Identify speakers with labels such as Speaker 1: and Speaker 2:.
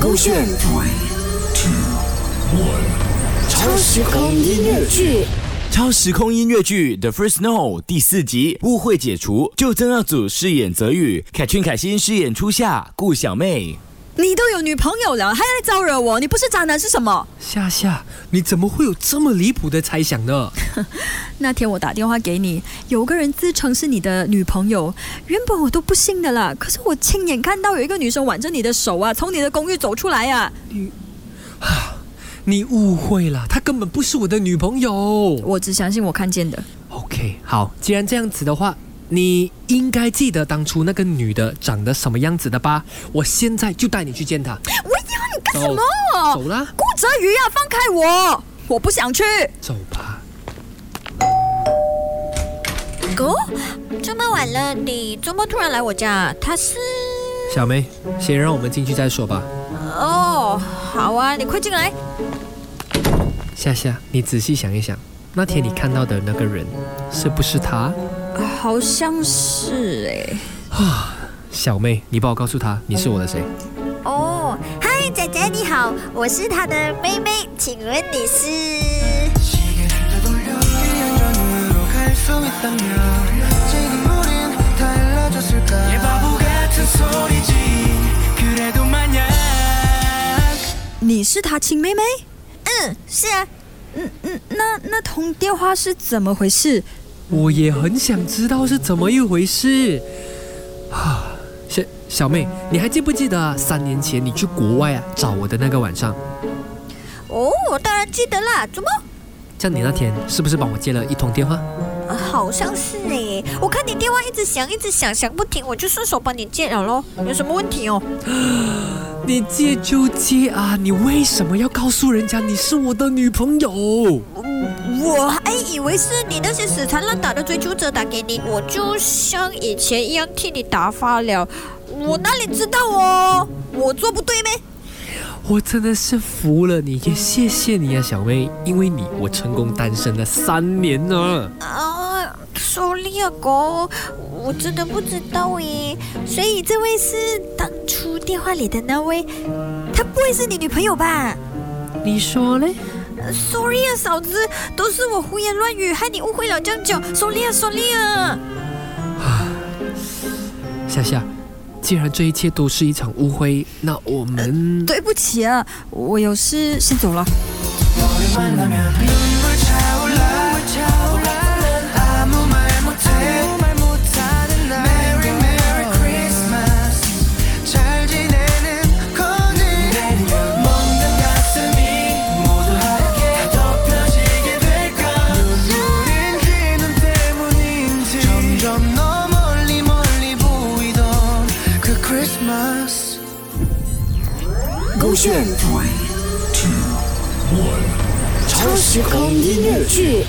Speaker 1: 勾选超时空音乐剧。
Speaker 2: 超时空音乐剧《The First Snow》第四集误会解除，就曾耀祖饰演泽宇，凯俊凯欣饰演初夏，顾小妹。
Speaker 3: 你都有女朋友了，还来招惹我？你不是渣男是什么？
Speaker 4: 夏夏，你怎么会有这么离谱的猜想呢？
Speaker 3: 那天我打电话给你，有个人自称是你的女朋友，原本我都不信的啦。可是我亲眼看到有一个女生挽着你的手啊，从你的公寓走出来啊。
Speaker 4: 你误会了，她根本不是我的女朋友。
Speaker 3: 我只相信我看见的。
Speaker 4: OK，好，既然这样子的话，你应该记得当初那个女的长得什么样子的吧？我现在就带你去见她。
Speaker 3: 我要你干什
Speaker 4: 走
Speaker 3: 么？
Speaker 4: 哦
Speaker 5: 哦
Speaker 4: 走啦，
Speaker 3: 顾泽宇啊，放开我！我不想去。
Speaker 4: 走吧。
Speaker 5: 狗，这么晚了，你周末突然来我家？他是……
Speaker 4: 小梅，先让我们进去再说吧。
Speaker 5: 哦，好啊，你快进来。
Speaker 4: 夏夏，你仔细想一想，那天你看到的那个人是不是他？
Speaker 3: 好像是哎、
Speaker 4: 小妹，你帮我告诉她你是我的谁？
Speaker 5: 哦，嗨，姐姐你好，我是他的妹妹，请问你是？
Speaker 6: 연으로 갈 수 있다면 지금 우린 달라졌을까 얘 바보 같은 소리지 그래도 마냥
Speaker 3: 你是他亲妹妹？嗯
Speaker 5: 嗯，是啊，
Speaker 3: 那那通电话是怎么回事？
Speaker 4: 我也很想知道是怎么一回事。啊，小小妹，你还记不记得啊三年前你去国外啊找我的那个晚上？
Speaker 5: 哦，我当然记得啦，怎么？
Speaker 4: 像你那天是不是帮我接了一通电话？
Speaker 5: 啊好像是诶，我看你电话一直响，一直响，响不停，我就顺手帮你接了咯。有什么问题哦？
Speaker 4: 你接就接啊！你为什么要告诉人家你是我的女朋友？
Speaker 5: 我还以为是你那些死缠烂打的追求者打给你，我就像以前一样替你打发了。我哪里知道哦？我做不对咩？
Speaker 4: 我真的是服了你，也谢谢你啊，小妹，因为你我成功单身了三年呢。
Speaker 5: 啊，sorry 啊哥，我真的不知道诶。所以这位是当初电话里的那位，她不会是你女朋友吧
Speaker 4: 你说嘞？
Speaker 5: ？Sorry 啊，嫂子，都是我胡言乱语，害你误会了这样久。Sorry 啊，sorry 啊。
Speaker 4: 夏夏，既然这一切都是一场误会，那我们……
Speaker 3: 对不起啊，我有事先走了。
Speaker 6: 만나면 눈물 차올라 난 아무 말 못해 Merry Merry Christmas 잘 지내는 거니 멍든 가슴이 모두 하얗게 덮여지게 될까 눈물인지 눈 때문인지 점점 너 멀리 멀리 보이던 그 크리스마스
Speaker 1: 勾选 Two One 超时空音乐剧。